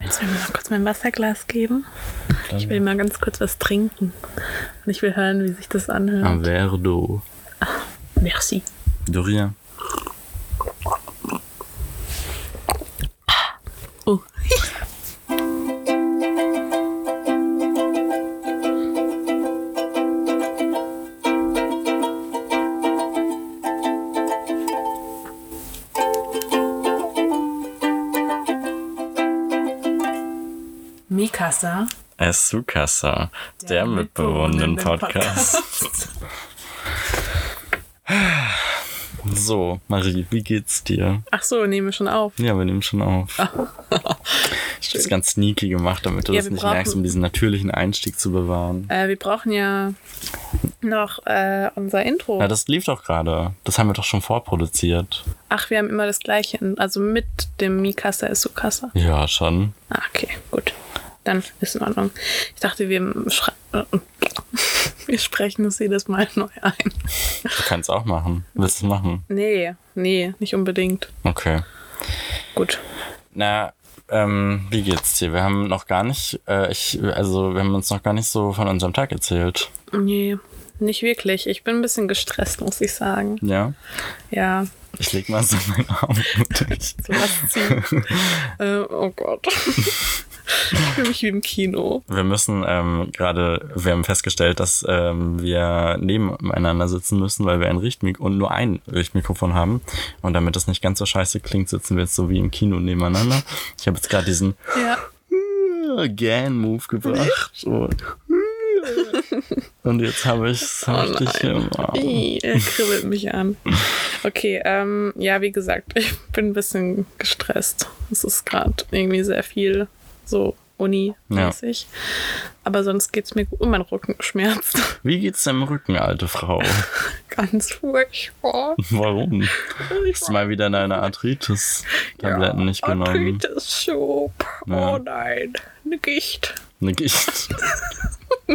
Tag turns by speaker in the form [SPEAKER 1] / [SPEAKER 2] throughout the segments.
[SPEAKER 1] Kannst du mir mal kurz mein Wasserglas geben? Ich will mal ganz kurz was trinken. Und ich will hören, wie sich das anhört.
[SPEAKER 2] Ah.
[SPEAKER 3] Averdo.
[SPEAKER 1] Merci.
[SPEAKER 3] De rien.
[SPEAKER 1] Oh. Mikasa,
[SPEAKER 2] Esukasa, der, der mitbewohnenden Podcast. So, Marie, wie geht's dir?
[SPEAKER 1] Ach so, nehmen wir schon auf.
[SPEAKER 2] Ja, wir nehmen schon auf. Ich hab's ganz sneaky gemacht, damit du
[SPEAKER 1] Ah. Ja,
[SPEAKER 2] das
[SPEAKER 1] wir
[SPEAKER 2] nicht
[SPEAKER 1] brauchen-
[SPEAKER 2] merkst, um diesen natürlichen Einstieg zu bewahren.
[SPEAKER 1] Äh, wir brauchen ja noch äh, unser Intro.
[SPEAKER 2] Na, das lief doch gerade. Das haben wir doch schon vorproduziert.
[SPEAKER 1] Ach, wir haben immer das gleiche. in- Also mit dem Mikasa ist Sukasa.
[SPEAKER 2] Ja, schon.
[SPEAKER 1] Ah, okay, gut. Dann ist in Ordnung. Ich dachte, wir, schra- äh, wir sprechen es jedes Mal neu ein.
[SPEAKER 2] Du kannst auch machen. Willst du es machen?
[SPEAKER 1] Nee, nee, nicht unbedingt.
[SPEAKER 2] Okay.
[SPEAKER 1] Gut.
[SPEAKER 2] Na, ähm, wie geht's dir? Wir haben noch gar nicht, äh, ich, also wir haben uns noch gar nicht so von unserem Tag erzählt.
[SPEAKER 1] Nee, nicht wirklich. Ich bin ein bisschen gestresst, muss ich sagen.
[SPEAKER 2] Ja.
[SPEAKER 1] Ja,
[SPEAKER 2] Ich leg mal so meinen Arm um dich.
[SPEAKER 1] so was ziehen. äh, oh Gott. ich fühle mich wie im Kino.
[SPEAKER 2] Wir müssen ähm, gerade, wir haben festgestellt, dass ähm, wir nebeneinander sitzen müssen, weil wir ein Richtmik und nur ein Richtmikrofon haben. Und damit das nicht ganz so scheiße klingt, sitzen wir jetzt so wie im Kino nebeneinander. Ich habe jetzt gerade diesen
[SPEAKER 1] Ja,
[SPEAKER 2] Gan-Move gebracht. So. Und jetzt habe ich hab ich dich hier im Arm.
[SPEAKER 1] Ih, er kribbelt mich an. Okay, ähm, ja, wie gesagt, ich bin ein bisschen gestresst. Es ist gerade irgendwie sehr viel so Uni-mäßig. Aber sonst geht's mir gut. Oh, mein Rücken schmerzt.
[SPEAKER 2] Wie geht's deinem Rücken, alte Frau?
[SPEAKER 1] Ganz furchtbar.
[SPEAKER 2] Warum?
[SPEAKER 1] Ich
[SPEAKER 2] Hast du mal wieder deine Arthritis-Tabletten nicht genommen?
[SPEAKER 1] Arthritis-Schub.
[SPEAKER 2] Ja.
[SPEAKER 1] Oh nein. Eine Gicht
[SPEAKER 2] Eine Gicht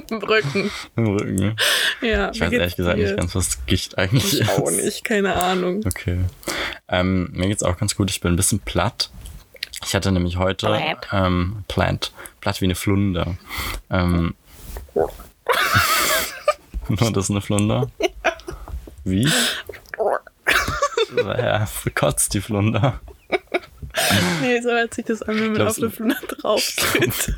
[SPEAKER 1] im Rücken.
[SPEAKER 2] im Rücken.
[SPEAKER 1] Ja,
[SPEAKER 2] Ich weiß ehrlich gesagt nicht ganz, was Gicht eigentlich ist.
[SPEAKER 1] Auch nicht, keine Ahnung.
[SPEAKER 2] Okay. Ähm, mir geht's auch ganz gut. Ich bin ein bisschen platt. Ich hatte nämlich heute
[SPEAKER 1] Platt?
[SPEAKER 2] ähm, platt, platt wie eine Flunder. Ähm, nur das ist eine Flunder? Wie? Ja, kotzt die Flunder.
[SPEAKER 1] Nee, so hört sich das an, wenn man
[SPEAKER 2] glaub,
[SPEAKER 1] auf eine
[SPEAKER 2] es-
[SPEAKER 1] Flunder drauf tritt.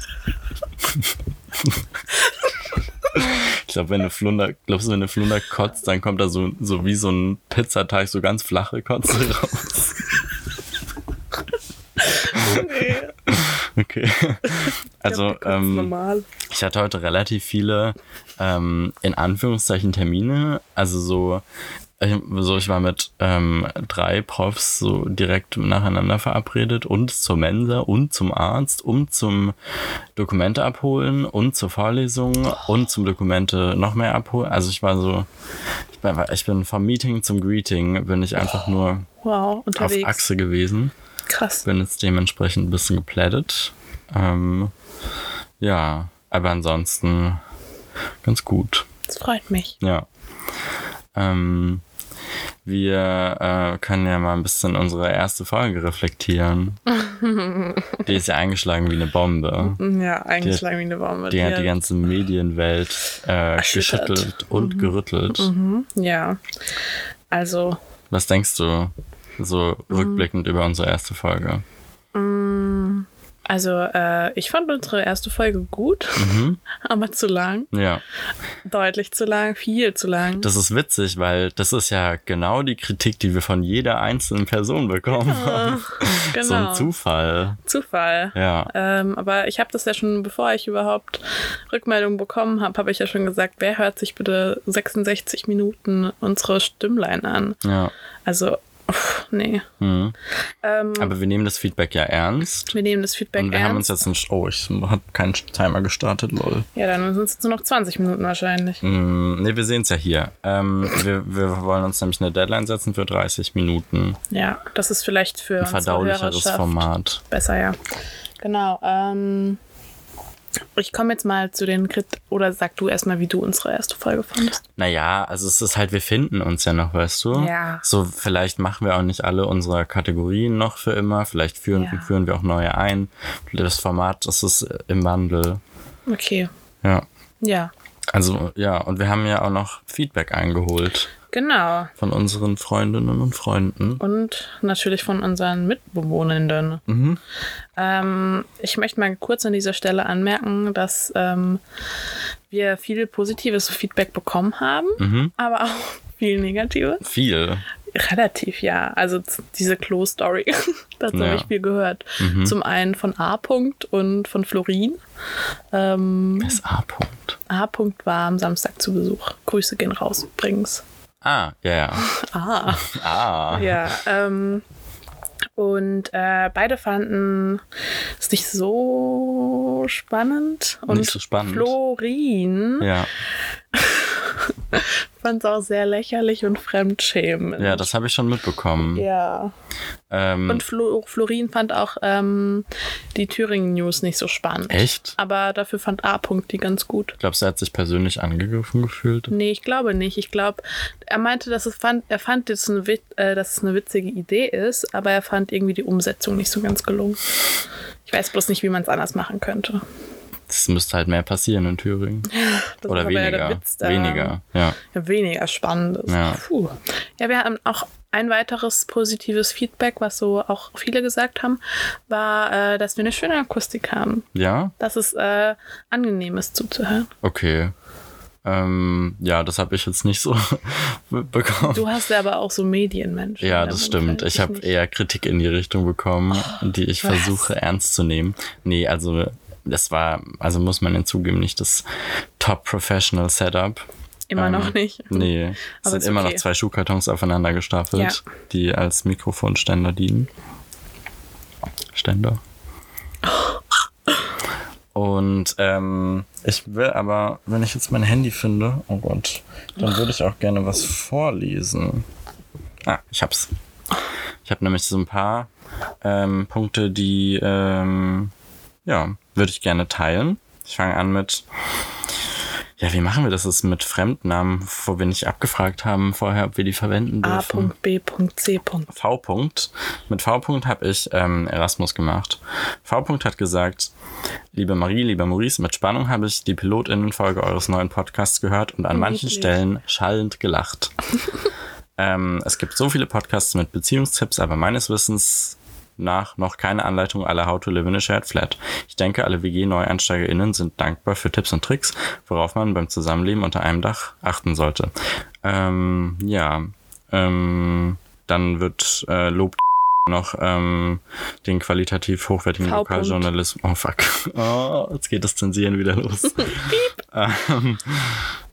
[SPEAKER 2] Ich glaube, wenn eine Flunder, glaubst du, wenn eine Flunder kotzt, dann kommt da so, so wie so ein Pizzateig so ganz flache Kotze raus.
[SPEAKER 1] Nee,
[SPEAKER 2] Okay. Also,
[SPEAKER 1] ganz
[SPEAKER 2] ähm,
[SPEAKER 1] normal.
[SPEAKER 2] Ich hatte heute relativ viele, ähm, in Anführungszeichen, Termine. Also so, ich, so ich war mit ähm, drei Profs so direkt nacheinander verabredet und zur Mensa und zum Arzt und zum Dokumente abholen und zur Vorlesung und zum Dokumente noch mehr abholen. Also ich war so, ich bin, ich bin vom Meeting zum Greeting, bin ich einfach nur
[SPEAKER 1] Wow,
[SPEAKER 2] auf
[SPEAKER 1] unterwegs.
[SPEAKER 2] Achse gewesen
[SPEAKER 1] Krass.
[SPEAKER 2] bin jetzt dementsprechend ein bisschen geplättet. Ähm, ja, aber ansonsten ganz gut.
[SPEAKER 1] Das freut mich.
[SPEAKER 2] Ja. Ähm, wir äh, können ja mal ein bisschen unsere erste Folge reflektieren. Die ist ja eingeschlagen wie eine Bombe.
[SPEAKER 1] Ja, eigentlich lag wie eine Bombe.
[SPEAKER 2] Die hat die ganze Medienwelt äh,
[SPEAKER 1] Erschüttert.
[SPEAKER 2] geschüttelt und gerüttelt.
[SPEAKER 1] ja. Also,
[SPEAKER 2] Was denkst du so rückblickend über unsere erste Folge?
[SPEAKER 1] also äh, ich fand unsere erste Folge gut,
[SPEAKER 2] Mhm.
[SPEAKER 1] aber zu lang.
[SPEAKER 2] Ja.
[SPEAKER 1] Deutlich zu lang, viel zu lang.
[SPEAKER 2] Das ist witzig, weil das ist ja genau die Kritik, die wir von jeder einzelnen Person bekommen haben. So
[SPEAKER 1] genau.
[SPEAKER 2] ein Zufall.
[SPEAKER 1] Zufall.
[SPEAKER 2] Ja.
[SPEAKER 1] Ähm, aber ich habe das ja schon, bevor ich überhaupt Rückmeldungen bekommen habe, habe ich ja schon gesagt, wer hört sich bitte 66 Minuten unsere Stimmlein an?
[SPEAKER 2] Ja.
[SPEAKER 1] Also, pff, nee.
[SPEAKER 2] Mhm.
[SPEAKER 1] Ähm,
[SPEAKER 2] Aber wir nehmen das Feedback ja ernst.
[SPEAKER 1] wir nehmen das Feedback
[SPEAKER 2] Und wir
[SPEAKER 1] ernst.
[SPEAKER 2] haben uns jetzt einen. Sch- Oh, ich habe keinen Timer gestartet, lol.
[SPEAKER 1] ja, dann sind es jetzt nur noch 20 Minuten wahrscheinlich.
[SPEAKER 2] Mhm. Ne, wir sehen es ja hier. Ähm, wir, wir wollen uns nämlich eine Deadline setzen für 30 Minuten.
[SPEAKER 1] Ja, das ist vielleicht für
[SPEAKER 2] Ein
[SPEAKER 1] unsere
[SPEAKER 2] verdaulicheres
[SPEAKER 1] Hörerschaft
[SPEAKER 2] Format.
[SPEAKER 1] besser, ja. Genau. Ähm, Ich komme jetzt mal zu den Krit oder sag du erstmal, wie du unsere erste Folge fandest.
[SPEAKER 2] Naja, also es ist halt, wir finden uns ja noch, weißt du?
[SPEAKER 1] Ja.
[SPEAKER 2] So, vielleicht machen wir auch nicht alle unserer Kategorien noch für immer. Vielleicht führen,
[SPEAKER 1] Ja.
[SPEAKER 2] führen wir auch neue ein. Das Format, das ist im Wandel.
[SPEAKER 1] Okay.
[SPEAKER 2] Ja.
[SPEAKER 1] Ja,
[SPEAKER 2] Also, ja, und wir haben ja auch noch Feedback eingeholt
[SPEAKER 1] genau.
[SPEAKER 2] von unseren Freundinnen und Freunden.
[SPEAKER 1] Und natürlich von unseren Mitbewohnenden.
[SPEAKER 2] Mhm.
[SPEAKER 1] Ähm, ich möchte mal kurz an dieser Stelle anmerken, dass ähm, wir viel positives Feedback bekommen haben,
[SPEAKER 2] Mhm.
[SPEAKER 1] aber auch viel negatives.
[SPEAKER 2] Viel.
[SPEAKER 1] Relativ, ja. Also z- diese Klo-Story, dazu
[SPEAKER 2] Ja. Mhm.
[SPEAKER 1] habe ich viel gehört. Zum einen von A. -Punkt und von Florin. Ähm,
[SPEAKER 2] Das A-Punkt.
[SPEAKER 1] A. -Punkt war am Samstag zu Besuch. Grüße gehen raus übrigens.
[SPEAKER 2] Ah, ja, ja.
[SPEAKER 1] Ah.
[SPEAKER 2] Ah.
[SPEAKER 1] Ja, ähm, und äh, beide fanden es nicht so spannend. Und
[SPEAKER 2] Nicht so spannend.
[SPEAKER 1] Florin
[SPEAKER 2] Ja,
[SPEAKER 1] fand es auch sehr lächerlich und fremdschämend.
[SPEAKER 2] ja das habe ich schon mitbekommen.
[SPEAKER 1] Ja.
[SPEAKER 2] Ähm,
[SPEAKER 1] Und Flo Florin fand auch ähm, die Thüringen-News nicht so spannend.
[SPEAKER 2] echt?
[SPEAKER 1] Aber dafür fand A. -Punkt die ganz gut.
[SPEAKER 2] Glaubst du, er hat sich persönlich angegriffen gefühlt?
[SPEAKER 1] Nee, ich glaube nicht. Ich glaube, er meinte, dass es fand, er fand, dass es, eine, wit- äh, dass es eine witzige Idee ist, aber er fand irgendwie die Umsetzung nicht so ganz gelungen. Ich weiß bloß nicht, wie man es anders machen könnte.
[SPEAKER 2] Das müsste halt mehr passieren in Thüringen.
[SPEAKER 1] Das
[SPEAKER 2] Oder
[SPEAKER 1] ist aber ja der
[SPEAKER 2] weniger.
[SPEAKER 1] Witz da.
[SPEAKER 2] weniger, ja.
[SPEAKER 1] Ja, weniger Spannendes.
[SPEAKER 2] Ja.
[SPEAKER 1] Puh. ja, wir haben auch ein weiteres positives Feedback, was so auch viele gesagt haben, war, äh, dass wir eine schöne Akustik haben.
[SPEAKER 2] Ja?
[SPEAKER 1] Dass es äh, angenehm ist zuzuhören.
[SPEAKER 2] Okay. Ähm, ja, das habe ich jetzt nicht so bekommen.
[SPEAKER 1] Du hast ja aber auch so Medienmensch.
[SPEAKER 2] Ja,
[SPEAKER 1] in halt deinem
[SPEAKER 2] das stimmt.
[SPEAKER 1] Umfeld.
[SPEAKER 2] Ich habe
[SPEAKER 1] nicht.
[SPEAKER 2] eher Kritik in die Richtung bekommen, die ich
[SPEAKER 1] Oh, was?
[SPEAKER 2] versuche ernst zu nehmen. Nee, also das war, also muss man hinzugeben, nicht das Top-Professional-Setup.
[SPEAKER 1] Immer
[SPEAKER 2] ähm,
[SPEAKER 1] noch nicht.
[SPEAKER 2] Nee, es
[SPEAKER 1] Aber
[SPEAKER 2] sind
[SPEAKER 1] ist
[SPEAKER 2] immer
[SPEAKER 1] okay.
[SPEAKER 2] noch zwei Schuhkartons aufeinander gestapelt, die als Mikrofonständer dienen. Ständer. Und ähm, ich will aber, wenn ich jetzt mein Handy finde, oh Gott, dann würde ich auch gerne was vorlesen. Ah, ich hab's. Ich habe nämlich so ein paar ähm, Punkte, die ähm, ja, würde ich gerne teilen. Ich fange an mit ja, wie machen wir das jetzt mit Fremdnamen, wo wir nicht abgefragt haben vorher, ob wir die verwenden
[SPEAKER 1] A.
[SPEAKER 2] dürfen?
[SPEAKER 1] B. C.
[SPEAKER 2] V. -Punkt. Mit V. -Punkt habe ich ähm, Erasmus gemacht. V. -Punkt hat gesagt, liebe Marie, lieber Maurice, mit Spannung habe ich die Pilotinnenfolge eures neuen Podcasts gehört und an manchen
[SPEAKER 1] Niedlich.
[SPEAKER 2] Stellen schallend gelacht. ähm, es gibt so viele Podcasts mit Beziehungstipps, aber meines Wissens nach noch keine Anleitung aller How to Live in a Shared Flat. Ich denke, alle WG-NeueinsteigerInnen sind dankbar für Tipps und Tricks, worauf man beim Zusammenleben unter einem Dach achten sollte. Ähm, ja, ähm, dann wird äh, Lob noch ähm, den qualitativ hochwertigen
[SPEAKER 1] V-Punkt.
[SPEAKER 2] Lokaljournalismus. Oh fuck. Oh, jetzt geht das Zensieren wieder los. ähm,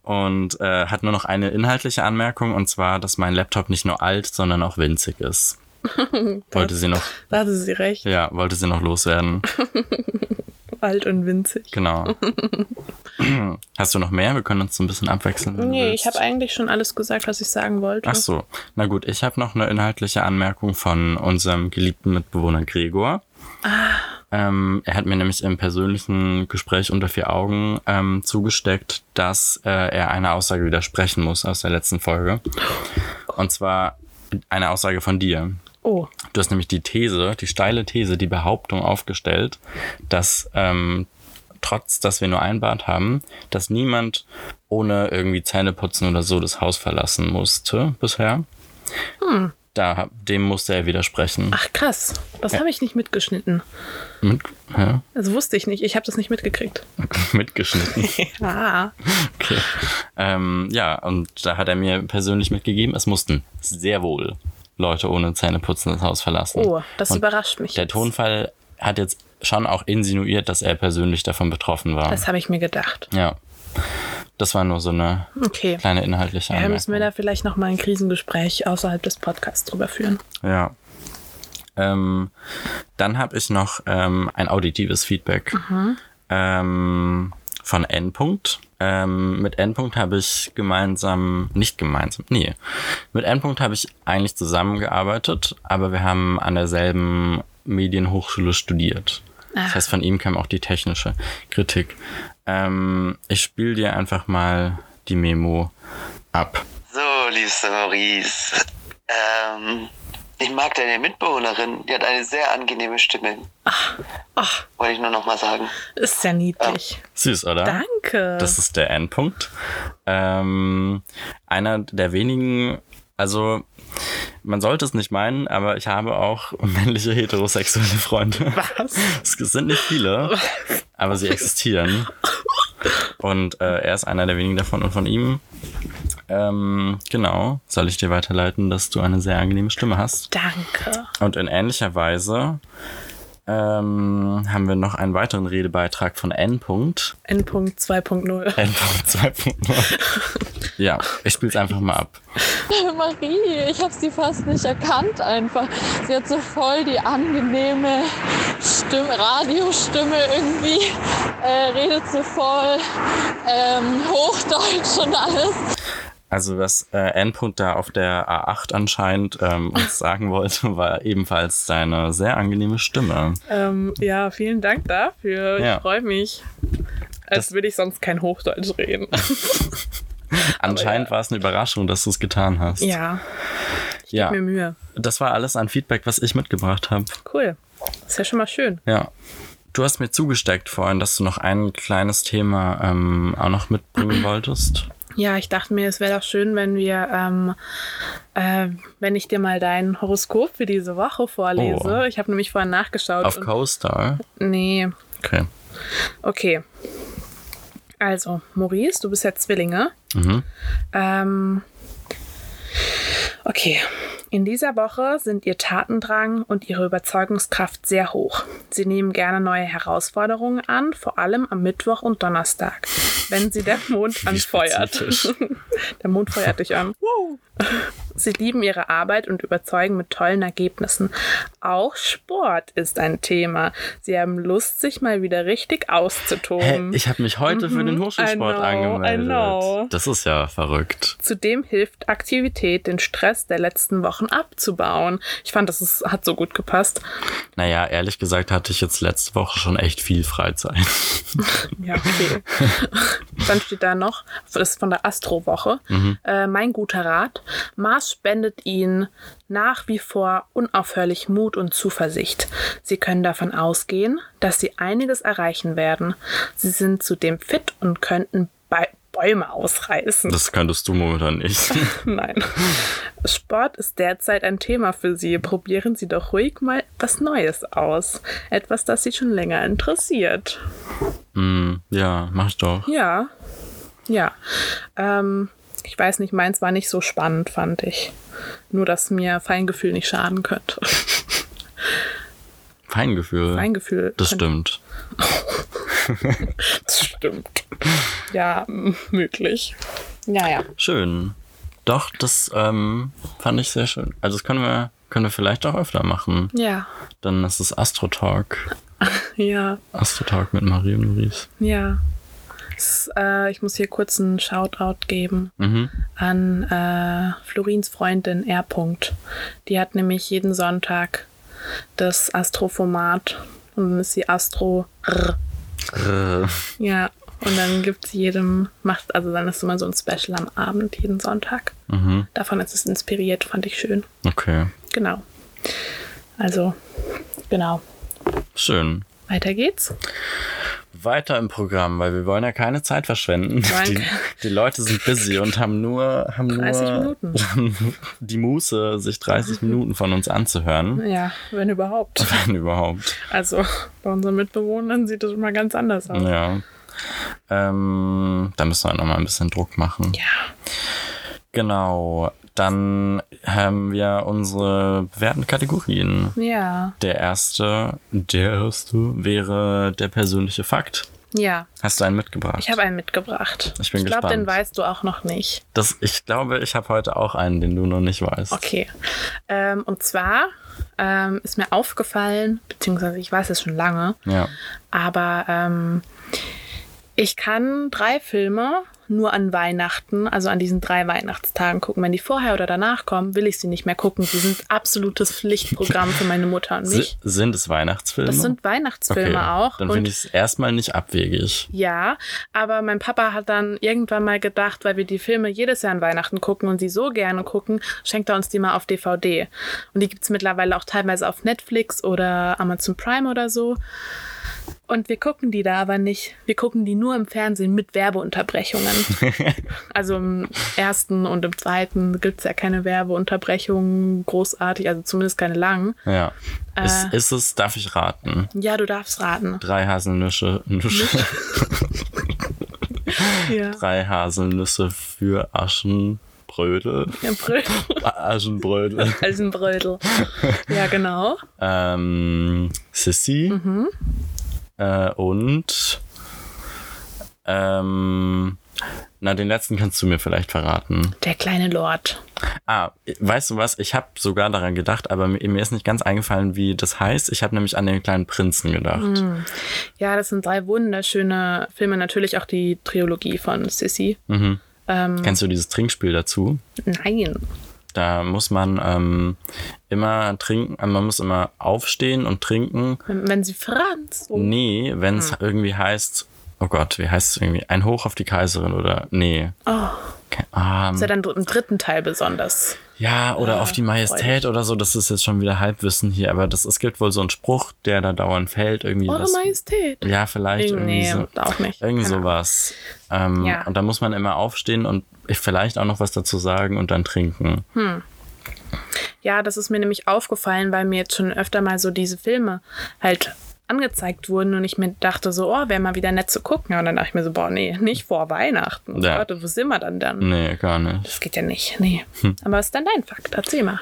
[SPEAKER 2] und äh, hat nur noch eine inhaltliche Anmerkung und zwar, dass mein Laptop nicht nur alt, sondern auch winzig ist. wollte sie noch,
[SPEAKER 1] Da hatte sie recht.
[SPEAKER 2] ja, wollte sie noch loswerden.
[SPEAKER 1] Alt und winzig.
[SPEAKER 2] Genau. Hast du noch mehr? Wir können uns so ein bisschen abwechseln. wenn du
[SPEAKER 1] Nee, ich
[SPEAKER 2] willst.
[SPEAKER 1] habe eigentlich schon alles gesagt, was ich sagen wollte.
[SPEAKER 2] Ach so, na gut, ich habe noch eine inhaltliche Anmerkung von unserem geliebten Mitbewohner Gregor. Ähm, er hat mir nämlich im persönlichen Gespräch unter vier Augen ähm, zugesteckt, dass äh, er einer Aussage widersprechen muss aus der letzten Folge. Und zwar eine Aussage von dir.
[SPEAKER 1] Oh,
[SPEAKER 2] Du hast nämlich die These, die steile These, die Behauptung aufgestellt, dass ähm, trotz, dass wir nur ein Bad haben, dass niemand ohne irgendwie Zähne putzen oder so das Haus verlassen musste bisher.
[SPEAKER 1] Hm.
[SPEAKER 2] Da, hab- dem musste er widersprechen.
[SPEAKER 1] ach krass. Das habe ich nicht mitgeschnitten.
[SPEAKER 2] Mit, hä?
[SPEAKER 1] Das wusste ich nicht. Ich habe das nicht mitgekriegt.
[SPEAKER 2] Mitgeschnitten.
[SPEAKER 1] Ah,
[SPEAKER 2] Okay. ähm, ja, und da hat er mir persönlich mitgegeben, es mussten sehr wohl Leute ohne Zähne putzen das Haus verlassen.
[SPEAKER 1] oh, das
[SPEAKER 2] und
[SPEAKER 1] überrascht mich.
[SPEAKER 2] Der
[SPEAKER 1] jetzt.
[SPEAKER 2] Tonfall hat jetzt schon auch insinuiert, dass er persönlich davon betroffen war.
[SPEAKER 1] Das habe ich mir gedacht.
[SPEAKER 2] ja. Das war nur so eine
[SPEAKER 1] Okay.
[SPEAKER 2] kleine inhaltliche
[SPEAKER 1] Ja, müssen wir
[SPEAKER 2] Anmerkung.
[SPEAKER 1] da vielleicht nochmal ein Krisengespräch außerhalb des Podcasts drüber führen.
[SPEAKER 2] Ja. Ähm, dann habe ich noch ähm, ein auditives Feedback ähm, von Endpunkt. Ähm, mit Endpunkt habe ich gemeinsam, nicht gemeinsam, nee, mit Endpunkt habe ich eigentlich zusammengearbeitet, aber wir haben an derselben Medienhochschule studiert. Das heißt, von ihm kam auch die technische Kritik. Ähm, ich spiele dir einfach mal die Memo ab.
[SPEAKER 3] So, liebste Maurice. Ähm, ich mag deine Mitbewohnerin. Die hat eine sehr angenehme Stimme.
[SPEAKER 1] Ach, ach,
[SPEAKER 3] Wollte ich nur noch mal sagen.
[SPEAKER 1] ist ja niedlich.
[SPEAKER 2] Süß, oder?
[SPEAKER 1] Danke.
[SPEAKER 2] Das ist der Endpunkt. Ähm, einer der wenigen, also man sollte es nicht meinen, aber ich habe auch männliche heterosexuelle Freunde.
[SPEAKER 1] Was?
[SPEAKER 2] Es sind nicht viele, aber sie existieren. Und äh, er ist einer der wenigen davon und von ihm. Ähm, genau, soll ich dir weiterleiten, dass du eine sehr angenehme Stimme hast.
[SPEAKER 1] Danke.
[SPEAKER 2] Und in ähnlicher Weise ähm, haben wir noch einen weiteren Redebeitrag von N. Punkt.
[SPEAKER 1] Endpunkt 2.0.
[SPEAKER 2] N. Punkt 2.0. ja, ich spiel's einfach mal ab.
[SPEAKER 4] Marie, ich habe sie fast nicht erkannt einfach. Sie hat so voll die angenehme Stimme, Radiostimme irgendwie, äh, redet so voll ähm, Hochdeutsch und alles.
[SPEAKER 2] Also was äh, Endpunkt da auf der A8 anscheinend ähm, uns sagen wollte, war ebenfalls seine sehr angenehme Stimme.
[SPEAKER 1] Ähm, ja, vielen Dank dafür.
[SPEAKER 2] Ja.
[SPEAKER 1] Ich freue mich. Als würde ich sonst kein Hochdeutsch reden.
[SPEAKER 2] Anscheinend war es eine Überraschung, dass du es getan hast.
[SPEAKER 1] ja,
[SPEAKER 2] ja.
[SPEAKER 1] mir Mühe.
[SPEAKER 2] Das war alles an Feedback, was ich mitgebracht habe.
[SPEAKER 1] Cool. Ist ja schon mal schön.
[SPEAKER 2] Ja. Du hast mir zugesteckt vorhin, dass du noch ein kleines Thema ähm, auch noch mitbringen wolltest.
[SPEAKER 1] Ja, ich dachte mir, es wäre doch schön, wenn wir, ähm, äh, wenn ich dir mal dein Horoskop für diese Woche vorlese.
[SPEAKER 2] Oh.
[SPEAKER 1] Ich habe nämlich vorhin nachgeschaut.
[SPEAKER 2] Auf
[SPEAKER 1] und-
[SPEAKER 2] Co-Star.
[SPEAKER 1] nee,
[SPEAKER 2] Okay.
[SPEAKER 1] okay. Also, Maurice, du bist ja Zwillinge.
[SPEAKER 2] Mhm.
[SPEAKER 1] Ähm, okay. In dieser Woche sind ihr Tatendrang und ihre Überzeugungskraft sehr hoch. Sie nehmen gerne neue Herausforderungen an, vor allem am Mittwoch und Donnerstag, wenn sie der Mond anfeuert.
[SPEAKER 2] spezifisch.
[SPEAKER 1] der Mond feuert dich an. Sie lieben ihre Arbeit und überzeugen mit tollen Ergebnissen. Auch Sport ist ein Thema. Sie haben Lust, sich mal wieder richtig
[SPEAKER 2] Hä,
[SPEAKER 1] auszutoben.
[SPEAKER 2] ich habe mich heute für den
[SPEAKER 1] Mhm, I
[SPEAKER 2] Hochschulsport
[SPEAKER 1] know, I
[SPEAKER 2] angemeldet.
[SPEAKER 1] know.
[SPEAKER 2] Das ist ja verrückt.
[SPEAKER 1] Zudem hilft Aktivität, den Stress der letzten Wochen abzubauen. Ich fand, das ist, hat so gut gepasst.
[SPEAKER 2] Naja, ehrlich gesagt hatte ich jetzt letzte Woche schon echt viel Freizeit.
[SPEAKER 1] Ja, okay. Dann steht da noch, das ist von der Astrowoche, äh, mein guter Rat, Mars spendet Ihnen nach wie vor unaufhörlich Mut und Zuversicht. Sie können davon ausgehen, dass Sie einiges erreichen werden. Sie sind zudem fit und könnten Ba- Bäume ausreißen.
[SPEAKER 2] Das könntest du momentan nicht.
[SPEAKER 1] Nein. Sport ist derzeit ein Thema für Sie. Probieren Sie doch ruhig mal was Neues aus. Etwas, das Sie schon länger interessiert.
[SPEAKER 2] mm, ja, mach doch.
[SPEAKER 1] Ja. Ja. Ähm, ich weiß nicht, meins war nicht so spannend, fand ich. Nur, dass mir Feingefühl nicht schaden könnte.
[SPEAKER 2] Feingefühl.
[SPEAKER 1] Feingefühl.
[SPEAKER 2] das
[SPEAKER 1] könnte-
[SPEAKER 2] stimmt.
[SPEAKER 1] Das stimmt. Ja, m- möglich. Ja, ja.
[SPEAKER 2] Schön. Doch, das ähm, fand ich sehr schön. Also das können wir, können wir vielleicht auch öfter machen.
[SPEAKER 1] Ja.
[SPEAKER 2] Dann ist es Astro Talk.
[SPEAKER 1] Ja.
[SPEAKER 2] Astro Talk mit Marie und Maurice.
[SPEAKER 1] Ja. S- äh, ich muss hier kurz einen Shoutout geben
[SPEAKER 2] Mhm.
[SPEAKER 1] an äh, Florins Freundin R. Punkt. Die hat nämlich jeden Sonntag das Astroformat und dann ist sie Astro. R.
[SPEAKER 2] Äh,
[SPEAKER 1] Ja, und dann gibt sie jedem, macht, also dann ist immer so ein Special am Abend jeden Sonntag.
[SPEAKER 2] Mhm.
[SPEAKER 1] Davon ist es inspiriert, fand ich schön.
[SPEAKER 2] Okay.
[SPEAKER 1] Genau. Also, genau.
[SPEAKER 2] Schön.
[SPEAKER 1] Weiter geht's.
[SPEAKER 2] Weiter im Programm, weil wir wollen ja keine Zeit verschwenden.
[SPEAKER 1] Danke.
[SPEAKER 2] Die, die Leute sind busy und haben nur, haben
[SPEAKER 1] 30
[SPEAKER 2] nur die Muße, sich 30 Minuten von uns anzuhören.
[SPEAKER 1] Ja, wenn überhaupt.
[SPEAKER 2] Wenn überhaupt.
[SPEAKER 1] Also, bei unseren Mitbewohnern sieht das immer ganz anders aus.
[SPEAKER 2] Ja. Ähm, da müssen wir nochmal ein bisschen Druck machen.
[SPEAKER 1] Ja.
[SPEAKER 2] Genau. Dann haben wir unsere bewährten Kategorien.
[SPEAKER 1] Ja.
[SPEAKER 2] Der erste, der erste wäre der persönliche Fakt.
[SPEAKER 1] Ja.
[SPEAKER 2] Hast du einen mitgebracht?
[SPEAKER 1] Ich habe einen mitgebracht.
[SPEAKER 2] Ich bin
[SPEAKER 1] ich glaube, den
[SPEAKER 2] gespannt.
[SPEAKER 1] weißt du auch noch nicht.
[SPEAKER 2] das, ich glaube, ich habe heute auch einen, den du noch nicht weißt.
[SPEAKER 1] Okay. Ähm, und zwar ähm, ist mir aufgefallen, beziehungsweise ich weiß es schon lange,
[SPEAKER 2] Ja.
[SPEAKER 1] aber ähm, Ich kann drei Filme nur an Weihnachten, also an diesen drei Weihnachtstagen gucken. Wenn die vorher oder danach kommen, will ich sie nicht mehr gucken. Sie sind absolutes Pflichtprogramm für meine Mutter und mich.
[SPEAKER 2] S- sind es Weihnachtsfilme?
[SPEAKER 1] Das sind Weihnachtsfilme
[SPEAKER 2] okay,
[SPEAKER 1] auch.
[SPEAKER 2] Dann
[SPEAKER 1] und
[SPEAKER 2] finde ich es erstmal nicht abwegig.
[SPEAKER 1] ja, aber mein Papa hat dann irgendwann mal gedacht, weil wir die Filme jedes Jahr an Weihnachten gucken und sie so gerne gucken, schenkt er uns die mal auf DVD. Und die gibt's mittlerweile auch teilweise auf Netflix oder Amazon Prime oder so. Und wir gucken die da aber nicht. Wir gucken die nur im Fernsehen mit Werbeunterbrechungen. Also im ersten und im zweiten gibt's ja keine Werbeunterbrechungen großartig, also zumindest keine langen.
[SPEAKER 2] Ja. Ist,
[SPEAKER 1] Äh.
[SPEAKER 2] ist es, darf ich raten?
[SPEAKER 1] Ja, du darfst raten.
[SPEAKER 2] Drei Haselnüsse, Nüsse,
[SPEAKER 1] Ja.
[SPEAKER 2] drei Haselnüsse für Aschenbrödel.
[SPEAKER 1] Ja, Brödel.
[SPEAKER 2] Aschenbrödel.
[SPEAKER 1] Also ein Brödel. Ja, genau.
[SPEAKER 2] ähm, Sissy.
[SPEAKER 1] Mhm.
[SPEAKER 2] Äh, und ähm, na, den letzten kannst du mir vielleicht verraten.
[SPEAKER 1] Der kleine Lord.
[SPEAKER 2] Ah, weißt du was? Ich habe sogar daran gedacht, aber mir, mir ist nicht ganz eingefallen, wie das heißt. Ich habe nämlich an den kleinen Prinzen gedacht.
[SPEAKER 1] Mm. Ja, das sind drei wunderschöne Filme. Natürlich auch die Trilogie von Sissy.
[SPEAKER 2] Kennst du dieses Trinkspiel dazu?
[SPEAKER 1] Nein.
[SPEAKER 2] Da muss man ähm, immer trinken, äh, man muss immer aufstehen und trinken.
[SPEAKER 1] Wenn, wenn sie Franz. oh, ruft.
[SPEAKER 2] Nee, wenn
[SPEAKER 1] Hm.
[SPEAKER 2] es irgendwie heißt, oh Gott, wie heißt es irgendwie? Ein Hoch auf die Kaiserin oder nee.
[SPEAKER 1] Oh,
[SPEAKER 2] Ke-
[SPEAKER 1] ist
[SPEAKER 2] Ähm,
[SPEAKER 1] ja Ah, dann dr- im dritten Teil besonders.
[SPEAKER 2] ja, oder auf die Majestät
[SPEAKER 1] freudig.
[SPEAKER 2] oder so. Das ist jetzt schon wieder Halbwissen hier, aber das, es gibt wohl so einen Spruch, der da dauernd fällt. Irgendwie
[SPEAKER 1] Eure
[SPEAKER 2] was,
[SPEAKER 1] Majestät.
[SPEAKER 2] Ja, vielleicht
[SPEAKER 1] Irgend-
[SPEAKER 2] irgendwie
[SPEAKER 1] nee,
[SPEAKER 2] so.
[SPEAKER 1] auch nicht.
[SPEAKER 2] Irgend
[SPEAKER 1] Keine
[SPEAKER 2] sowas. Ähm,
[SPEAKER 1] Ja.
[SPEAKER 2] Und da muss man immer aufstehen und vielleicht auch noch was dazu sagen und dann trinken.
[SPEAKER 1] Hm. Ja, das ist mir nämlich aufgefallen, weil mir jetzt schon öfter mal so diese Filme halt angezeigt wurden und ich mir dachte so, oh, wäre mal wieder nett zu gucken. Und dann dachte ich mir so, boah, nee, nicht vor Weihnachten.
[SPEAKER 2] Ja.
[SPEAKER 1] Leute, wo sind wir dann dann?
[SPEAKER 2] Nee, gar nicht.
[SPEAKER 1] Das geht ja nicht, nee. Aber was ist dann dein Fakt? Erzähl mal.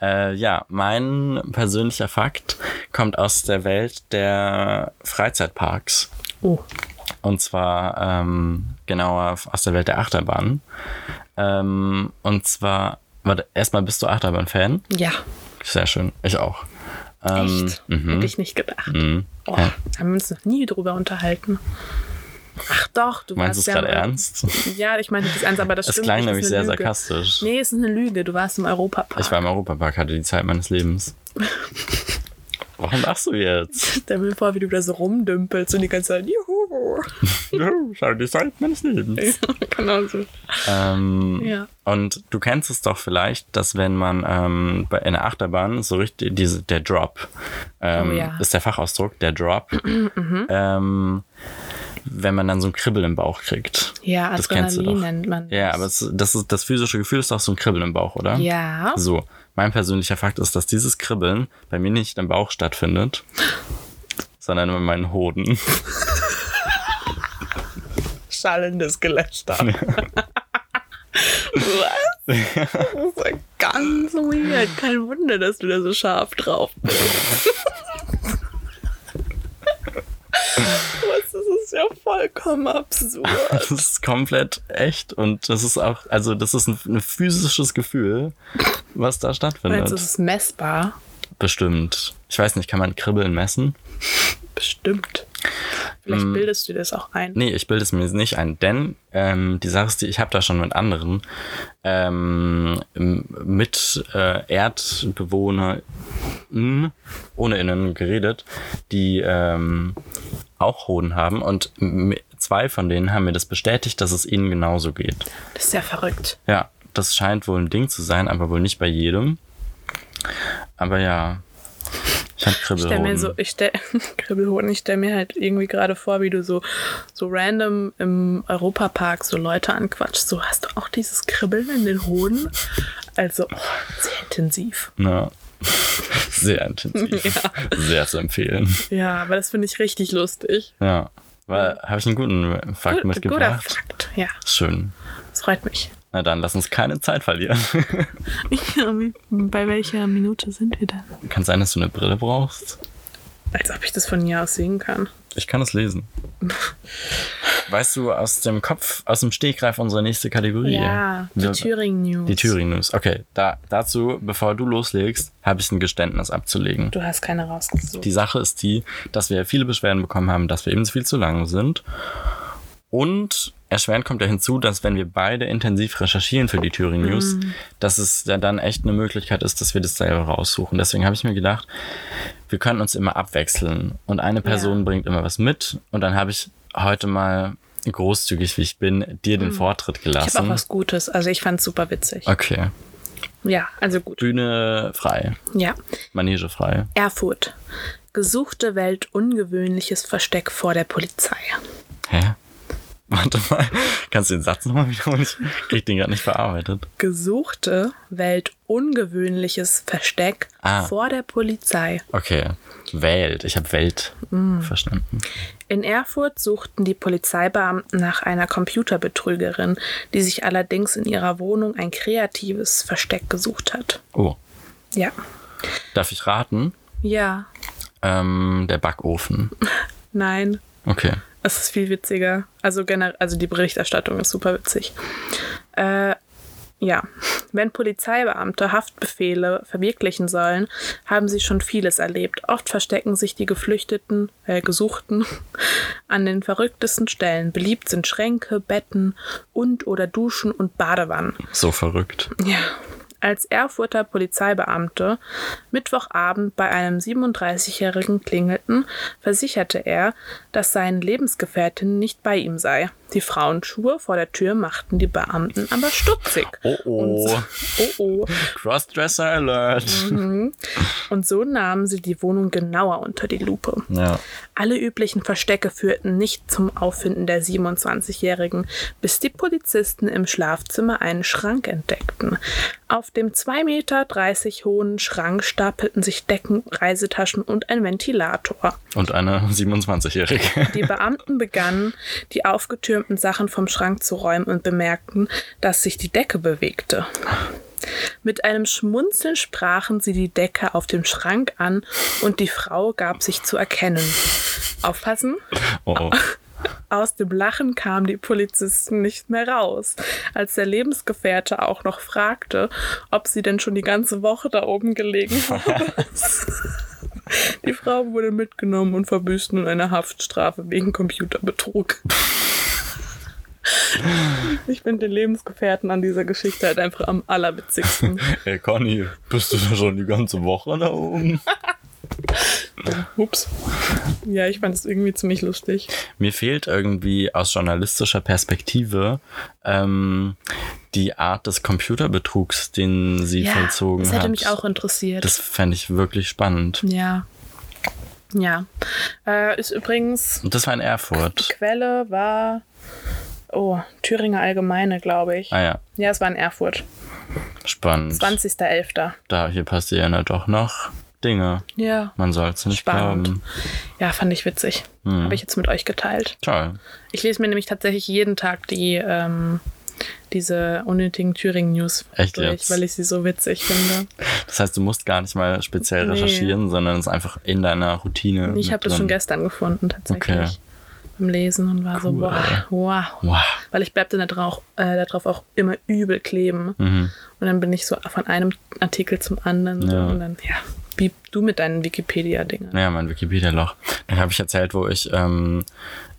[SPEAKER 2] Äh, ja, mein persönlicher Fakt kommt aus der Welt der Freizeitparks.
[SPEAKER 1] Oh,
[SPEAKER 2] Und zwar ähm, genauer aus der Welt der Achterbahn. Ähm, und zwar, warte, erstmal bist du Achterbahn-Fan?
[SPEAKER 1] ja,
[SPEAKER 2] Sehr schön, ich auch. Ähm,
[SPEAKER 1] echt. Hätte ich nicht gedacht.
[SPEAKER 2] Mhm.
[SPEAKER 1] Oh,
[SPEAKER 2] Hä?
[SPEAKER 1] haben wir uns noch nie drüber unterhalten. Ach doch, du
[SPEAKER 2] Meinst du
[SPEAKER 1] warst
[SPEAKER 2] es
[SPEAKER 1] ja
[SPEAKER 2] gerade
[SPEAKER 1] mal-
[SPEAKER 2] ernst?
[SPEAKER 1] Ja, ich meine das ernst, aber das
[SPEAKER 2] Es
[SPEAKER 1] stimmt.
[SPEAKER 2] klang
[SPEAKER 1] nicht,
[SPEAKER 2] nämlich
[SPEAKER 1] ist
[SPEAKER 2] sehr
[SPEAKER 1] eine Lüge.
[SPEAKER 2] sarkastisch.
[SPEAKER 1] Nee, es ist eine Lüge. Du warst im Europapark.
[SPEAKER 2] Ich war im Europapark, hatte die Zeit meines Lebens. Warum lachst du jetzt?
[SPEAKER 1] Stell mir vor, wie du da so rumdümpelst und die ganze Zeit, juhu.
[SPEAKER 2] Schau, die Zeit meines Lebens.
[SPEAKER 1] genau so.
[SPEAKER 2] Ähm,
[SPEAKER 1] Ja.
[SPEAKER 2] Und du kennst es doch vielleicht, dass wenn man ähm, bei einer Achterbahn so richtig, diese, der Drop, ähm,
[SPEAKER 1] Oh ja. Mhm.
[SPEAKER 2] ist der Fachausdruck, der Drop, ähm, wenn man dann so ein Kribbeln im Bauch kriegt.
[SPEAKER 1] Ja,
[SPEAKER 2] Das kennst du doch.
[SPEAKER 1] Adrenalin nennt man
[SPEAKER 2] Ja,
[SPEAKER 1] das.
[SPEAKER 2] aber es, das, ist, das physische Gefühl ist doch so ein Kribbeln im Bauch, oder?
[SPEAKER 1] Ja.
[SPEAKER 2] So, mein persönlicher Fakt ist, dass dieses Kribbeln bei mir nicht im Bauch stattfindet, sondern in meinen Hoden.
[SPEAKER 1] Schallendes Gelächter. Was? Das ist ja ganz weird. Kein Wunder, dass du da so scharf drauf bist. Was? Das ist ja vollkommen absurd.
[SPEAKER 2] Das ist komplett echt und das ist auch, also das ist ein, ein physisches Gefühl, was da stattfindet.
[SPEAKER 1] Meinst du, es Also ist messbar?
[SPEAKER 2] Bestimmt. Ich weiß nicht, kann man Kribbeln messen?
[SPEAKER 1] Bestimmt. Vielleicht bildest du dir das auch ein.
[SPEAKER 2] Nee, ich bilde es mir jetzt nicht ein, denn ähm, die Sache ist, die ich habe da schon mit anderen, ähm, m- mit äh, Erdbewohnern ohne innen geredet, die ähm, auch Hoden haben und m- zwei von denen haben mir das bestätigt, dass es ihnen genauso geht.
[SPEAKER 1] Das ist ja verrückt.
[SPEAKER 2] Ja, das scheint wohl ein Ding zu sein, aber wohl nicht bei jedem. Aber ja, ich habe
[SPEAKER 1] Ich stell mir
[SPEAKER 2] Kribbelhoden.
[SPEAKER 1] so, ich stell, Kribbelhoden, ich stell mir halt irgendwie gerade vor, wie du so, so random im Europapark so Leute anquatschst. So, hast du auch dieses Kribbeln in den Hoden? Also, oh, sehr intensiv.
[SPEAKER 2] Ja. Sehr intensiv. Sehr zu empfehlen.
[SPEAKER 1] Ja, aber das finde ich richtig lustig.
[SPEAKER 2] Ja. Weil habe ich einen guten Fakt
[SPEAKER 1] Gut, guter
[SPEAKER 2] mitgebracht.
[SPEAKER 1] Fakt. Ja,
[SPEAKER 2] Schön.
[SPEAKER 1] das freut mich.
[SPEAKER 2] Na dann, lass uns keine Zeit verlieren.
[SPEAKER 1] Bei welcher Minute sind wir denn?
[SPEAKER 2] Kann sein, dass du eine Brille brauchst.
[SPEAKER 1] Als ob ich das von hier aus sehen kann.
[SPEAKER 2] Ich kann es lesen. Weißt du aus dem Kopf, aus dem Stegreif unsere nächste Kategorie?
[SPEAKER 1] Ja, die
[SPEAKER 2] Wir-
[SPEAKER 1] Thüringen News.
[SPEAKER 2] Die Thüringen News. Okay, da, dazu, bevor du loslegst, habe ich ein Geständnis abzulegen.
[SPEAKER 1] Du hast keine rausgesucht.
[SPEAKER 2] Die Sache ist die, dass wir viele Beschwerden bekommen haben, dass wir eben viel zu lang sind. Und erschwerend kommt ja hinzu, dass wenn wir beide intensiv recherchieren für die Thüringen News,
[SPEAKER 1] Mhm.
[SPEAKER 2] dass es ja dann echt eine Möglichkeit ist, dass wir das selber raussuchen. Deswegen habe ich mir gedacht, wir können uns immer abwechseln und eine Person bringt immer was mit und dann habe ich heute mal großzügig, wie ich bin, dir den Vortritt
[SPEAKER 1] Mhm. Ich habe auch
[SPEAKER 2] gelassen.
[SPEAKER 1] was Gutes. Also ich fand es super witzig.
[SPEAKER 2] Okay.
[SPEAKER 1] Ja, also gut.
[SPEAKER 2] Bühne frei,
[SPEAKER 1] Ja.
[SPEAKER 2] Manege frei.
[SPEAKER 1] Erfurt. Gesuchte Welt ungewöhnliches Versteck vor der Polizei.
[SPEAKER 2] Hä? Warte mal, kannst du den Satz nochmal wiederholen? Ich krieg den gerade nicht verarbeitet.
[SPEAKER 1] Gesuchte Welt ungewöhnliches Versteck
[SPEAKER 2] Ah.
[SPEAKER 1] vor der Polizei.
[SPEAKER 2] Okay, Welt. Ich habe Welt verstanden.
[SPEAKER 1] In Erfurt suchten die Polizeibeamten nach einer Computerbetrügerin, die sich allerdings in ihrer Wohnung ein kreatives Versteck gesucht hat.
[SPEAKER 2] Oh,
[SPEAKER 1] Ja.
[SPEAKER 2] darf ich raten?
[SPEAKER 1] Ja.
[SPEAKER 2] Ähm, der Backofen.
[SPEAKER 1] Nein.
[SPEAKER 2] Okay.
[SPEAKER 1] Es ist viel witziger. Also, generell, also die Berichterstattung ist super witzig. Äh, ja, wenn Polizeibeamte Haftbefehle verwirklichen sollen, haben sie schon vieles erlebt. Oft verstecken sich die Geflüchteten, äh, Gesuchten an den verrücktesten Stellen. Beliebt sind Schränke, Betten und oder Duschen und Badewannen.
[SPEAKER 2] So verrückt.
[SPEAKER 1] Ja. Als Erfurter Polizeibeamte Mittwochabend bei einem 37-Jährigen klingelten, versicherte er, dass seine Lebensgefährtin nicht bei ihm sei. Die Frauenschuhe vor der Tür machten die Beamten aber stutzig.
[SPEAKER 2] Oh, oh.
[SPEAKER 1] Und so, oh, oh.
[SPEAKER 2] Crossdresser Alert.
[SPEAKER 1] Und so nahmen sie die Wohnung genauer unter die Lupe.
[SPEAKER 2] Ja.
[SPEAKER 1] Alle üblichen Verstecke führten nicht zum Auffinden der 27-Jährigen, bis die Polizisten im Schlafzimmer einen Schrank entdeckten. Auf dem 2,30 Meter hohen Schrank stapelten sich Decken, Reisetaschen und ein Ventilator.
[SPEAKER 2] Und eine 27-Jährige.
[SPEAKER 1] Die Beamten begannen, die aufgetürmten Sachen vom Schrank zu räumen und bemerkten, dass sich die Decke bewegte. Mit einem Schmunzeln sprachen sie die Decke auf dem Schrank an und die Frau gab sich zu erkennen. Aufpassen,
[SPEAKER 2] Oh, oh.
[SPEAKER 1] aus dem Lachen kamen die Polizisten nicht mehr raus, als der Lebensgefährte auch noch fragte, ob sie denn schon die ganze Woche da oben gelegen habe. Die Frau wurde mitgenommen und verbüßt nun eine Haftstrafe wegen Computerbetrug. Ich finde den Lebensgefährten an dieser Geschichte halt einfach am allerwitzigsten.
[SPEAKER 2] Hey Äh, Conny, bist du da schon die ganze Woche da oben?
[SPEAKER 1] Ups. Ja, ich fand es irgendwie ziemlich lustig.
[SPEAKER 2] Mir fehlt irgendwie aus journalistischer Perspektive ähm, die Art des Computerbetrugs, den sie vollzogen
[SPEAKER 1] das hätte
[SPEAKER 2] hat.
[SPEAKER 1] mich auch Hm. interessiert.
[SPEAKER 2] das fände ich wirklich spannend.
[SPEAKER 1] Ja. Ja. Äh, ist übrigens,
[SPEAKER 2] Und das war in Erfurt.
[SPEAKER 1] Quelle war. Oh, Thüringer Allgemeine, glaube ich.
[SPEAKER 2] Ah ja,
[SPEAKER 1] Ja, es war in Erfurt.
[SPEAKER 2] spannend.
[SPEAKER 1] 20.11.
[SPEAKER 2] Da hier passieren ja doch noch Dinge.
[SPEAKER 1] Ja.
[SPEAKER 2] Man soll es nicht
[SPEAKER 1] Spannend.
[SPEAKER 2] glauben.
[SPEAKER 1] Ja, fand ich witzig.
[SPEAKER 2] Mhm.
[SPEAKER 1] Habe ich jetzt mit euch geteilt.
[SPEAKER 2] Toll.
[SPEAKER 1] Ich lese mir nämlich tatsächlich jeden Tag die, ähm, diese unnötigen Thüringen-News
[SPEAKER 2] Echt
[SPEAKER 1] durch,
[SPEAKER 2] jetzt?
[SPEAKER 1] weil ich sie so witzig finde.
[SPEAKER 2] Das heißt, du musst gar nicht mal speziell
[SPEAKER 1] Nee.
[SPEAKER 2] recherchieren, sondern es ist einfach in deiner Routine.
[SPEAKER 1] Ich
[SPEAKER 2] mit
[SPEAKER 1] habe das schon
[SPEAKER 2] drin.
[SPEAKER 1] gestern gefunden, tatsächlich.
[SPEAKER 2] Okay.
[SPEAKER 1] Beim Lesen und war so,
[SPEAKER 2] Cool.
[SPEAKER 1] wow, wow.
[SPEAKER 2] Wow.
[SPEAKER 1] Weil ich bleib dann darauf, äh, darauf auch immer übel kleben.
[SPEAKER 2] Mhm.
[SPEAKER 1] Und dann bin ich so von einem Artikel zum anderen. so
[SPEAKER 2] Ja.
[SPEAKER 1] Und dann, ja, wie du mit deinen Wikipedia-Dingern.
[SPEAKER 2] Ja, mein Wikipedia-Loch. Dann habe ich erzählt, wo ich ähm,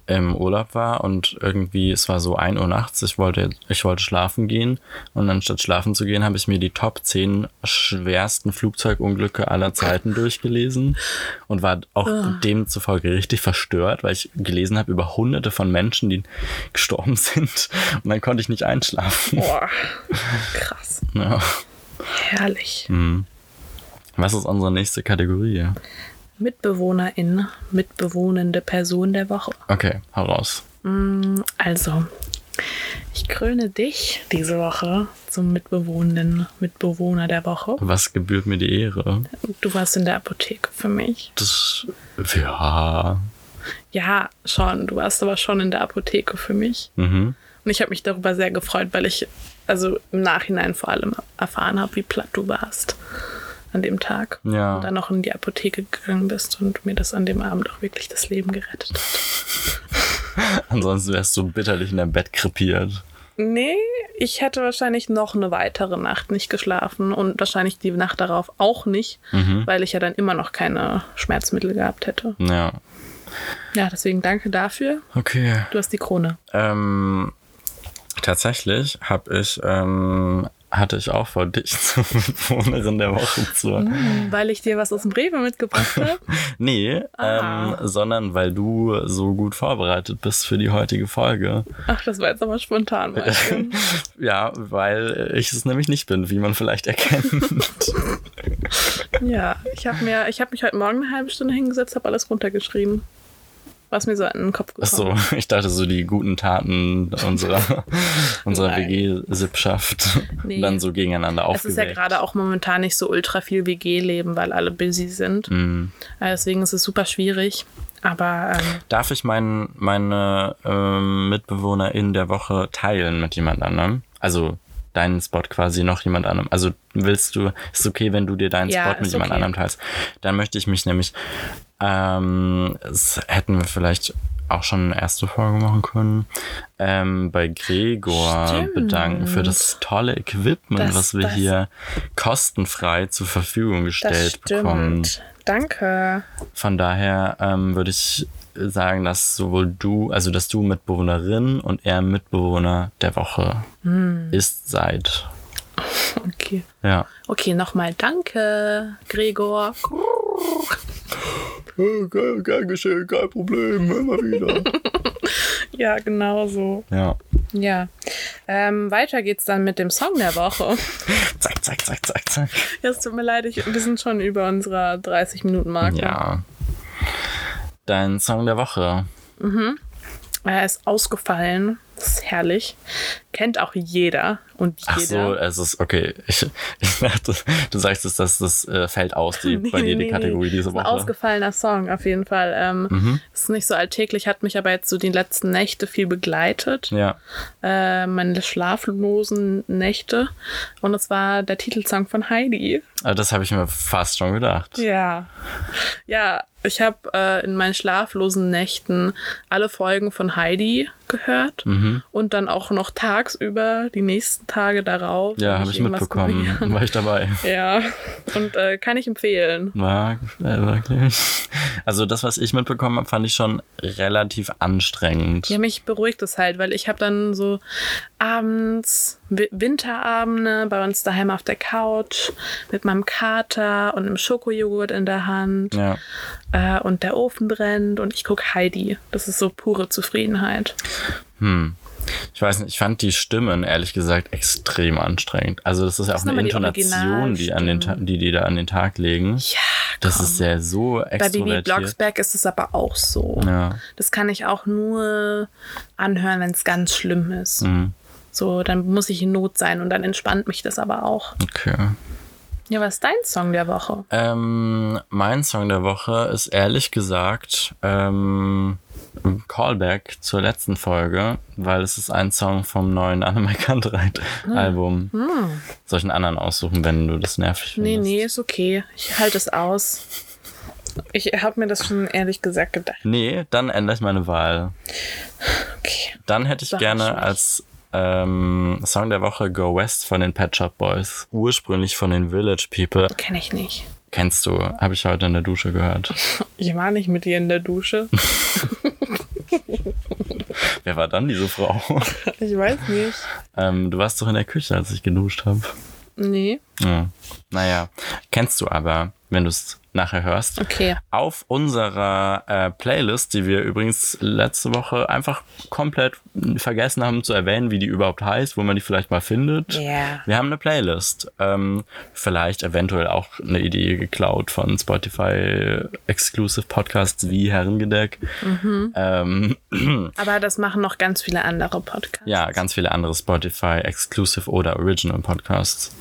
[SPEAKER 2] im Urlaub war und irgendwie, es war so 1 Uhr nachts, ich wollte, ich wollte schlafen gehen und anstatt schlafen zu gehen, habe ich mir die Top 10 schwersten Flugzeugunglücke aller Zeiten durchgelesen und war auch demzufolge richtig verstört, weil ich gelesen habe über hunderte von Menschen, die gestorben sind und dann konnte ich nicht einschlafen.
[SPEAKER 1] Boah, krass.
[SPEAKER 2] Ja.
[SPEAKER 1] Herrlich.
[SPEAKER 2] Was ist unsere nächste Kategorie?
[SPEAKER 1] MitbewohnerInnen, mitbewohnende Person der Woche.
[SPEAKER 2] Okay, heraus.
[SPEAKER 1] Also, ich kröne dich diese Woche zum mitbewohnenden Mitbewohner der Woche.
[SPEAKER 2] Was gebührt mir die Ehre?
[SPEAKER 1] Du warst in der Apotheke für mich.
[SPEAKER 2] Das, ja,
[SPEAKER 1] Ja, schon. Du warst aber schon in der Apotheke für mich.
[SPEAKER 2] Mhm.
[SPEAKER 1] Und ich habe mich darüber sehr gefreut, weil ich also im Nachhinein vor allem erfahren habe, wie platt du warst an dem Tag.
[SPEAKER 2] Ja.
[SPEAKER 1] Und dann noch in die Apotheke gegangen bist und mir das an dem Abend auch wirklich das Leben gerettet hat.
[SPEAKER 2] Ansonsten wärst du bitterlich in deinem Bett krepiert.
[SPEAKER 1] Nee, ich hätte wahrscheinlich noch eine weitere Nacht nicht geschlafen und wahrscheinlich die Nacht darauf auch nicht, weil ich ja dann immer noch keine Schmerzmittel gehabt hätte.
[SPEAKER 2] Ja.
[SPEAKER 1] Ja, deswegen danke dafür.
[SPEAKER 2] Okay.
[SPEAKER 1] Du hast die Krone.
[SPEAKER 2] Ähm, tatsächlich habe ich, ähm, hatte ich auch vor dich zur Mitbewohnerin der Woche zur.
[SPEAKER 1] Mhm. Weil ich dir was aus dem Rewe mitgebracht habe.
[SPEAKER 2] Nee, ähm,
[SPEAKER 1] Ah.
[SPEAKER 2] sondern weil du so gut vorbereitet bist für die heutige Folge.
[SPEAKER 1] Ach, das war jetzt aber spontan. Martin.
[SPEAKER 2] Ja, weil ich es nämlich nicht bin, wie man vielleicht erkennt.
[SPEAKER 1] ja, ich habe mir, ich habe mich heute Morgen eine halbe Stunde hingesetzt, habe alles runtergeschrieben, was mir so in den Kopf
[SPEAKER 2] Ach
[SPEAKER 1] gekommen
[SPEAKER 2] so, ich dachte so die guten Taten unserer, unserer
[SPEAKER 1] Nein.
[SPEAKER 2] WG-Sippschaft
[SPEAKER 1] Nee.
[SPEAKER 2] dann so gegeneinander
[SPEAKER 1] Es ist ja
[SPEAKER 2] aufgeweckt.
[SPEAKER 1] gerade auch momentan nicht so ultra viel WG-Leben, weil alle busy sind.
[SPEAKER 2] Mm.
[SPEAKER 1] Äh, Deswegen ist es super schwierig. Aber ähm,
[SPEAKER 2] Darf ich mein, meine ähm, MitbewohnerInnen der Woche teilen mit jemand anderem? Also deinen Spot quasi noch jemand anderem. Also willst du, ist okay, wenn du dir deinen
[SPEAKER 1] Ja,
[SPEAKER 2] Spot mit
[SPEAKER 1] ist
[SPEAKER 2] jemand
[SPEAKER 1] okay.
[SPEAKER 2] anderem teilst. Dann möchte ich mich nämlich, ähm, das hätten wir vielleicht auch schon eine erste Folge machen können, ähm, bei Gregor
[SPEAKER 1] Stimmt.
[SPEAKER 2] bedanken für das tolle Equipment,
[SPEAKER 1] Das-
[SPEAKER 2] was wir
[SPEAKER 1] das-
[SPEAKER 2] hier kostenfrei zur Verfügung
[SPEAKER 1] das
[SPEAKER 2] gestellt
[SPEAKER 1] stimmt.
[SPEAKER 2] bekommen.
[SPEAKER 1] Danke.
[SPEAKER 2] Von daher ähm, würde ich sagen, dass sowohl du, also dass du Mitbewohnerin und er Mitbewohner der Woche
[SPEAKER 1] Hm.
[SPEAKER 2] ist, seid.
[SPEAKER 1] Okay.
[SPEAKER 2] Ja.
[SPEAKER 1] Okay, nochmal danke, Gregor.
[SPEAKER 2] Kein Geschehen, kein Problem, immer wieder.
[SPEAKER 1] Ja, genau so.
[SPEAKER 2] ja.
[SPEAKER 1] Ja. Ähm, weiter geht's dann mit dem Song der Woche.
[SPEAKER 2] Zack, zack, zack, zack, zack.
[SPEAKER 1] Ja, es tut mir leid, ich, wir sind schon über unserer 30-Minuten-Marke.
[SPEAKER 2] Ja. Dein Song der Woche.
[SPEAKER 1] Er ist ausgefallen. Das ist herrlich. Kennt auch jeder und jeder.
[SPEAKER 2] Ach so, äh, es ist okay. Ich, ich dachte, du sagst es, dass das äh, fällt aus, die, bei dir die Kategorie diese
[SPEAKER 1] Ist ein
[SPEAKER 2] Woche.
[SPEAKER 1] ausgefallener Song auf jeden Fall. Ähm,
[SPEAKER 2] Mhm.
[SPEAKER 1] Ist nicht so alltäglich, hat mich aber jetzt so die letzten Nächte viel begleitet.
[SPEAKER 2] Ja.
[SPEAKER 1] Äh, meine schlaflosen Nächte. Und es war der Titelsong von Heidi.
[SPEAKER 2] Aber Ah, das habe ich mir fast schon gedacht.
[SPEAKER 1] Ja. Ja, ich habe äh, in meinen schlaflosen Nächten alle Folgen von Heidi gehört
[SPEAKER 2] Mhm.
[SPEAKER 1] und dann auch noch tagsüber, die nächsten Tage darauf.
[SPEAKER 2] Ja,
[SPEAKER 1] hab
[SPEAKER 2] habe ich
[SPEAKER 1] irgendwas
[SPEAKER 2] mitbekommen.
[SPEAKER 1] gehört.
[SPEAKER 2] War ich dabei.
[SPEAKER 1] Ja, und äh, kann ich empfehlen.
[SPEAKER 2] War äh, wirklich. Also das, was ich mitbekommen habe, fand ich schon relativ anstrengend.
[SPEAKER 1] Ja, mich beruhigt es halt, weil ich habe dann so abends, Wi- Winterabende bei uns daheim auf der Couch mit meinem Kater und einem Schokojoghurt in der Hand
[SPEAKER 2] Ja.
[SPEAKER 1] äh, und der Ofen brennt und ich gucke Heidi. Das ist so pure Zufriedenheit.
[SPEAKER 2] Hm. Ich weiß nicht, ich fand die Stimmen ehrlich gesagt extrem anstrengend. Also das ist ja auch
[SPEAKER 1] sind
[SPEAKER 2] eine
[SPEAKER 1] aber die
[SPEAKER 2] Intonation, die, an den, Ta- die die da an den Tag legen.
[SPEAKER 1] Ja,
[SPEAKER 2] Das
[SPEAKER 1] komm.
[SPEAKER 2] ist ja so
[SPEAKER 1] Bei Bibi
[SPEAKER 2] extrovertiert.
[SPEAKER 1] Blocksberg ist es aber auch so.
[SPEAKER 2] Ja.
[SPEAKER 1] Das kann ich auch nur anhören, wenn es ganz schlimm ist.
[SPEAKER 2] Mhm.
[SPEAKER 1] So, dann muss ich in Not sein und dann entspannt mich das aber auch.
[SPEAKER 2] Okay.
[SPEAKER 1] Ja, was ist dein Song der Woche?
[SPEAKER 2] Ähm, mein Song der Woche ist ehrlich gesagt ähm, ein Callback zur letzten Folge, weil es ist ein Song vom neuen Annemai Kantreit Album. Soll ich einen anderen aussuchen, wenn du das nervig
[SPEAKER 1] Ah. Nee,
[SPEAKER 2] findest?
[SPEAKER 1] nee, ist okay. Ich halte es aus. Ich habe mir das schon ehrlich gesagt gedacht.
[SPEAKER 2] Nee, dann ändere ich meine Wahl.
[SPEAKER 1] Okay.
[SPEAKER 2] Dann hätte ich
[SPEAKER 1] Überrasch
[SPEAKER 2] gerne
[SPEAKER 1] mich.
[SPEAKER 2] als ähm, Song der Woche Go West von den Pet Shop Boys. Ursprünglich von den Village People.
[SPEAKER 1] Kenne ich nicht.
[SPEAKER 2] Kennst du, habe ich heute in der Dusche gehört.
[SPEAKER 1] Ich war nicht mit dir in der Dusche.
[SPEAKER 2] Wer war dann diese Frau?
[SPEAKER 1] Ich weiß nicht.
[SPEAKER 2] ähm, du warst doch in der Küche, als ich geduscht habe.
[SPEAKER 1] Nee.
[SPEAKER 2] Ja. Naja, kennst du aber, wenn du es nachher hörst.
[SPEAKER 1] Okay.
[SPEAKER 2] Auf unserer äh, Playlist, die wir übrigens letzte Woche einfach komplett vergessen haben zu erwähnen, wie die überhaupt heißt, wo man die vielleicht mal findet.
[SPEAKER 1] Ja.
[SPEAKER 2] Wir haben eine Playlist. Ähm, vielleicht eventuell auch eine Idee geklaut von Spotify Exclusive Podcasts wie Herrengedeck.
[SPEAKER 1] Mhm.
[SPEAKER 2] Ähm,
[SPEAKER 1] Aber das machen noch ganz viele andere Podcasts.
[SPEAKER 2] ja, ganz viele andere Spotify Exclusive oder Original Podcasts.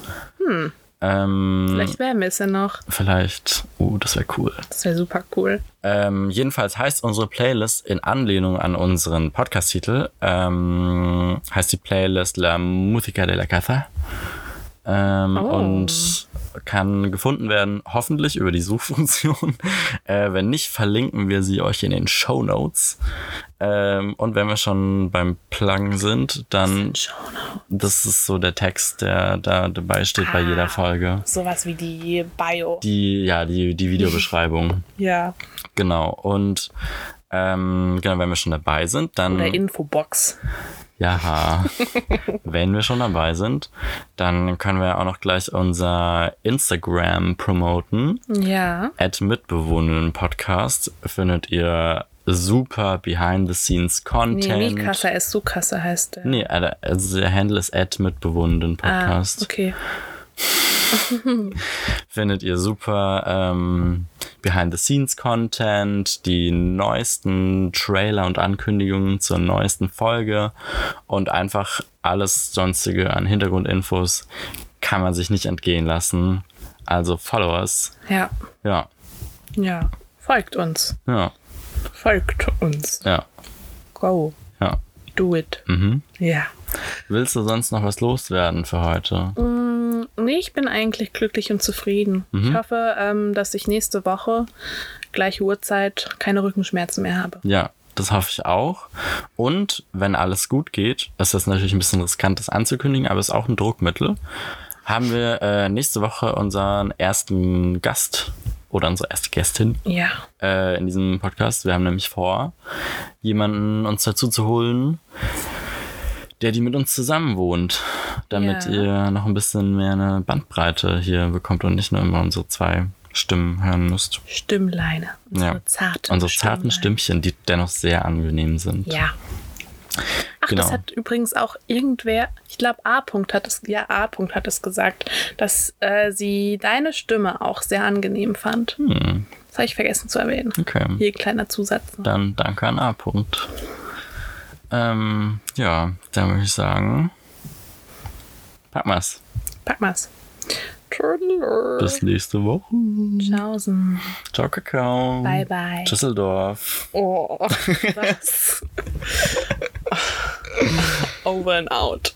[SPEAKER 2] Ähm,
[SPEAKER 1] Hm. Vielleicht werden wir es ja noch.
[SPEAKER 2] Vielleicht. Oh, das wäre cool.
[SPEAKER 1] Das wäre super cool.
[SPEAKER 2] Ähm, jedenfalls heißt unsere Playlist in Anlehnung an unseren Podcast-Titel, ähm, heißt die Playlist La Musica de la Caza. Ähm,
[SPEAKER 1] Oh.
[SPEAKER 2] Und kann gefunden werden, hoffentlich über die Suchfunktion. äh, wenn nicht, verlinken wir sie euch in den Show Notes. Ähm, und wenn wir schon beim Pluggen sind, dann
[SPEAKER 1] Show noch.
[SPEAKER 2] das ist so der Text, der da dabei steht bei
[SPEAKER 1] Ah.
[SPEAKER 2] jeder Folge.
[SPEAKER 1] Sowas wie die Bio.
[SPEAKER 2] Die, ja, die, die Videobeschreibung.
[SPEAKER 1] ja.
[SPEAKER 2] Genau. Und Ähm, genau, wenn wir schon dabei sind, dann.
[SPEAKER 1] Oder Infobox.
[SPEAKER 2] Ja, wenn wir schon dabei sind, dann können wir auch noch gleich unser Instagram promoten.
[SPEAKER 1] Ja.
[SPEAKER 2] At Mitbewohnenden Podcast findet ihr super Behind-the-Scenes-Content.
[SPEAKER 1] Nee, Mikasa ist Sukasa heißt der.
[SPEAKER 2] Nee, also der Handle ist at Mitbewohnenden Podcast.
[SPEAKER 1] Ah, okay.
[SPEAKER 2] Findet ihr super ähm, Behind-the-Scenes-Content, die neuesten Trailer und Ankündigungen zur neuesten Folge und einfach alles sonstige an Hintergrundinfos kann man sich nicht entgehen lassen. Also Followers.
[SPEAKER 1] Ja.
[SPEAKER 2] Ja.
[SPEAKER 1] Ja. Folgt uns.
[SPEAKER 2] Ja.
[SPEAKER 1] Folgt uns.
[SPEAKER 2] Ja.
[SPEAKER 1] Go.
[SPEAKER 2] Ja.
[SPEAKER 1] Do it.
[SPEAKER 2] Mhm.
[SPEAKER 1] Ja.
[SPEAKER 2] Willst du sonst noch was loswerden für heute?
[SPEAKER 1] Mm, Nee, ich bin eigentlich glücklich und zufrieden.
[SPEAKER 2] Mhm.
[SPEAKER 1] Ich hoffe, ähm, dass ich nächste Woche, gleiche Uhrzeit, keine Rückenschmerzen mehr habe.
[SPEAKER 2] Ja, das hoffe ich auch. Und wenn alles gut geht, ist das natürlich ein bisschen riskant, das anzukündigen, aber ist auch ein Druckmittel, haben wir äh, nächste Woche unseren ersten Gast oder unsere erste Gästin
[SPEAKER 1] Ja.
[SPEAKER 2] äh, in diesem Podcast. Wir haben nämlich vor, jemanden uns dazu zu holen, der die mit uns zusammen wohnt, damit
[SPEAKER 1] Ja.
[SPEAKER 2] ihr noch ein bisschen mehr eine Bandbreite hier bekommt und nicht nur immer unsere zwei Stimmen hören müsst.
[SPEAKER 1] Stimmleine. Unsere
[SPEAKER 2] Ja.
[SPEAKER 1] zarten
[SPEAKER 2] Unsere zarten
[SPEAKER 1] Stimmlein.
[SPEAKER 2] Stimmchen, die dennoch sehr angenehm sind.
[SPEAKER 1] halt. Ja. Ach,
[SPEAKER 2] Genau.
[SPEAKER 1] das hat übrigens auch irgendwer, ich glaube A. -Punkt hat es, ja A. -Punkt hat es gesagt, dass äh, sie deine Stimme auch sehr angenehm fand.
[SPEAKER 2] Hm,
[SPEAKER 1] Das habe ich vergessen zu erwähnen.
[SPEAKER 2] okay.
[SPEAKER 1] Hier kleiner Zusatz. noch.
[SPEAKER 2] Dann danke an A. -Punkt. Ähm, ja, dann würde ich sagen, packen wir's.
[SPEAKER 1] Pack mal's.
[SPEAKER 2] Bis nächste Woche.
[SPEAKER 1] Tschaußen.
[SPEAKER 2] Ciao, Kakao.
[SPEAKER 1] Bye, bye.
[SPEAKER 2] Düsseldorf.
[SPEAKER 1] Oh, was? Over and out.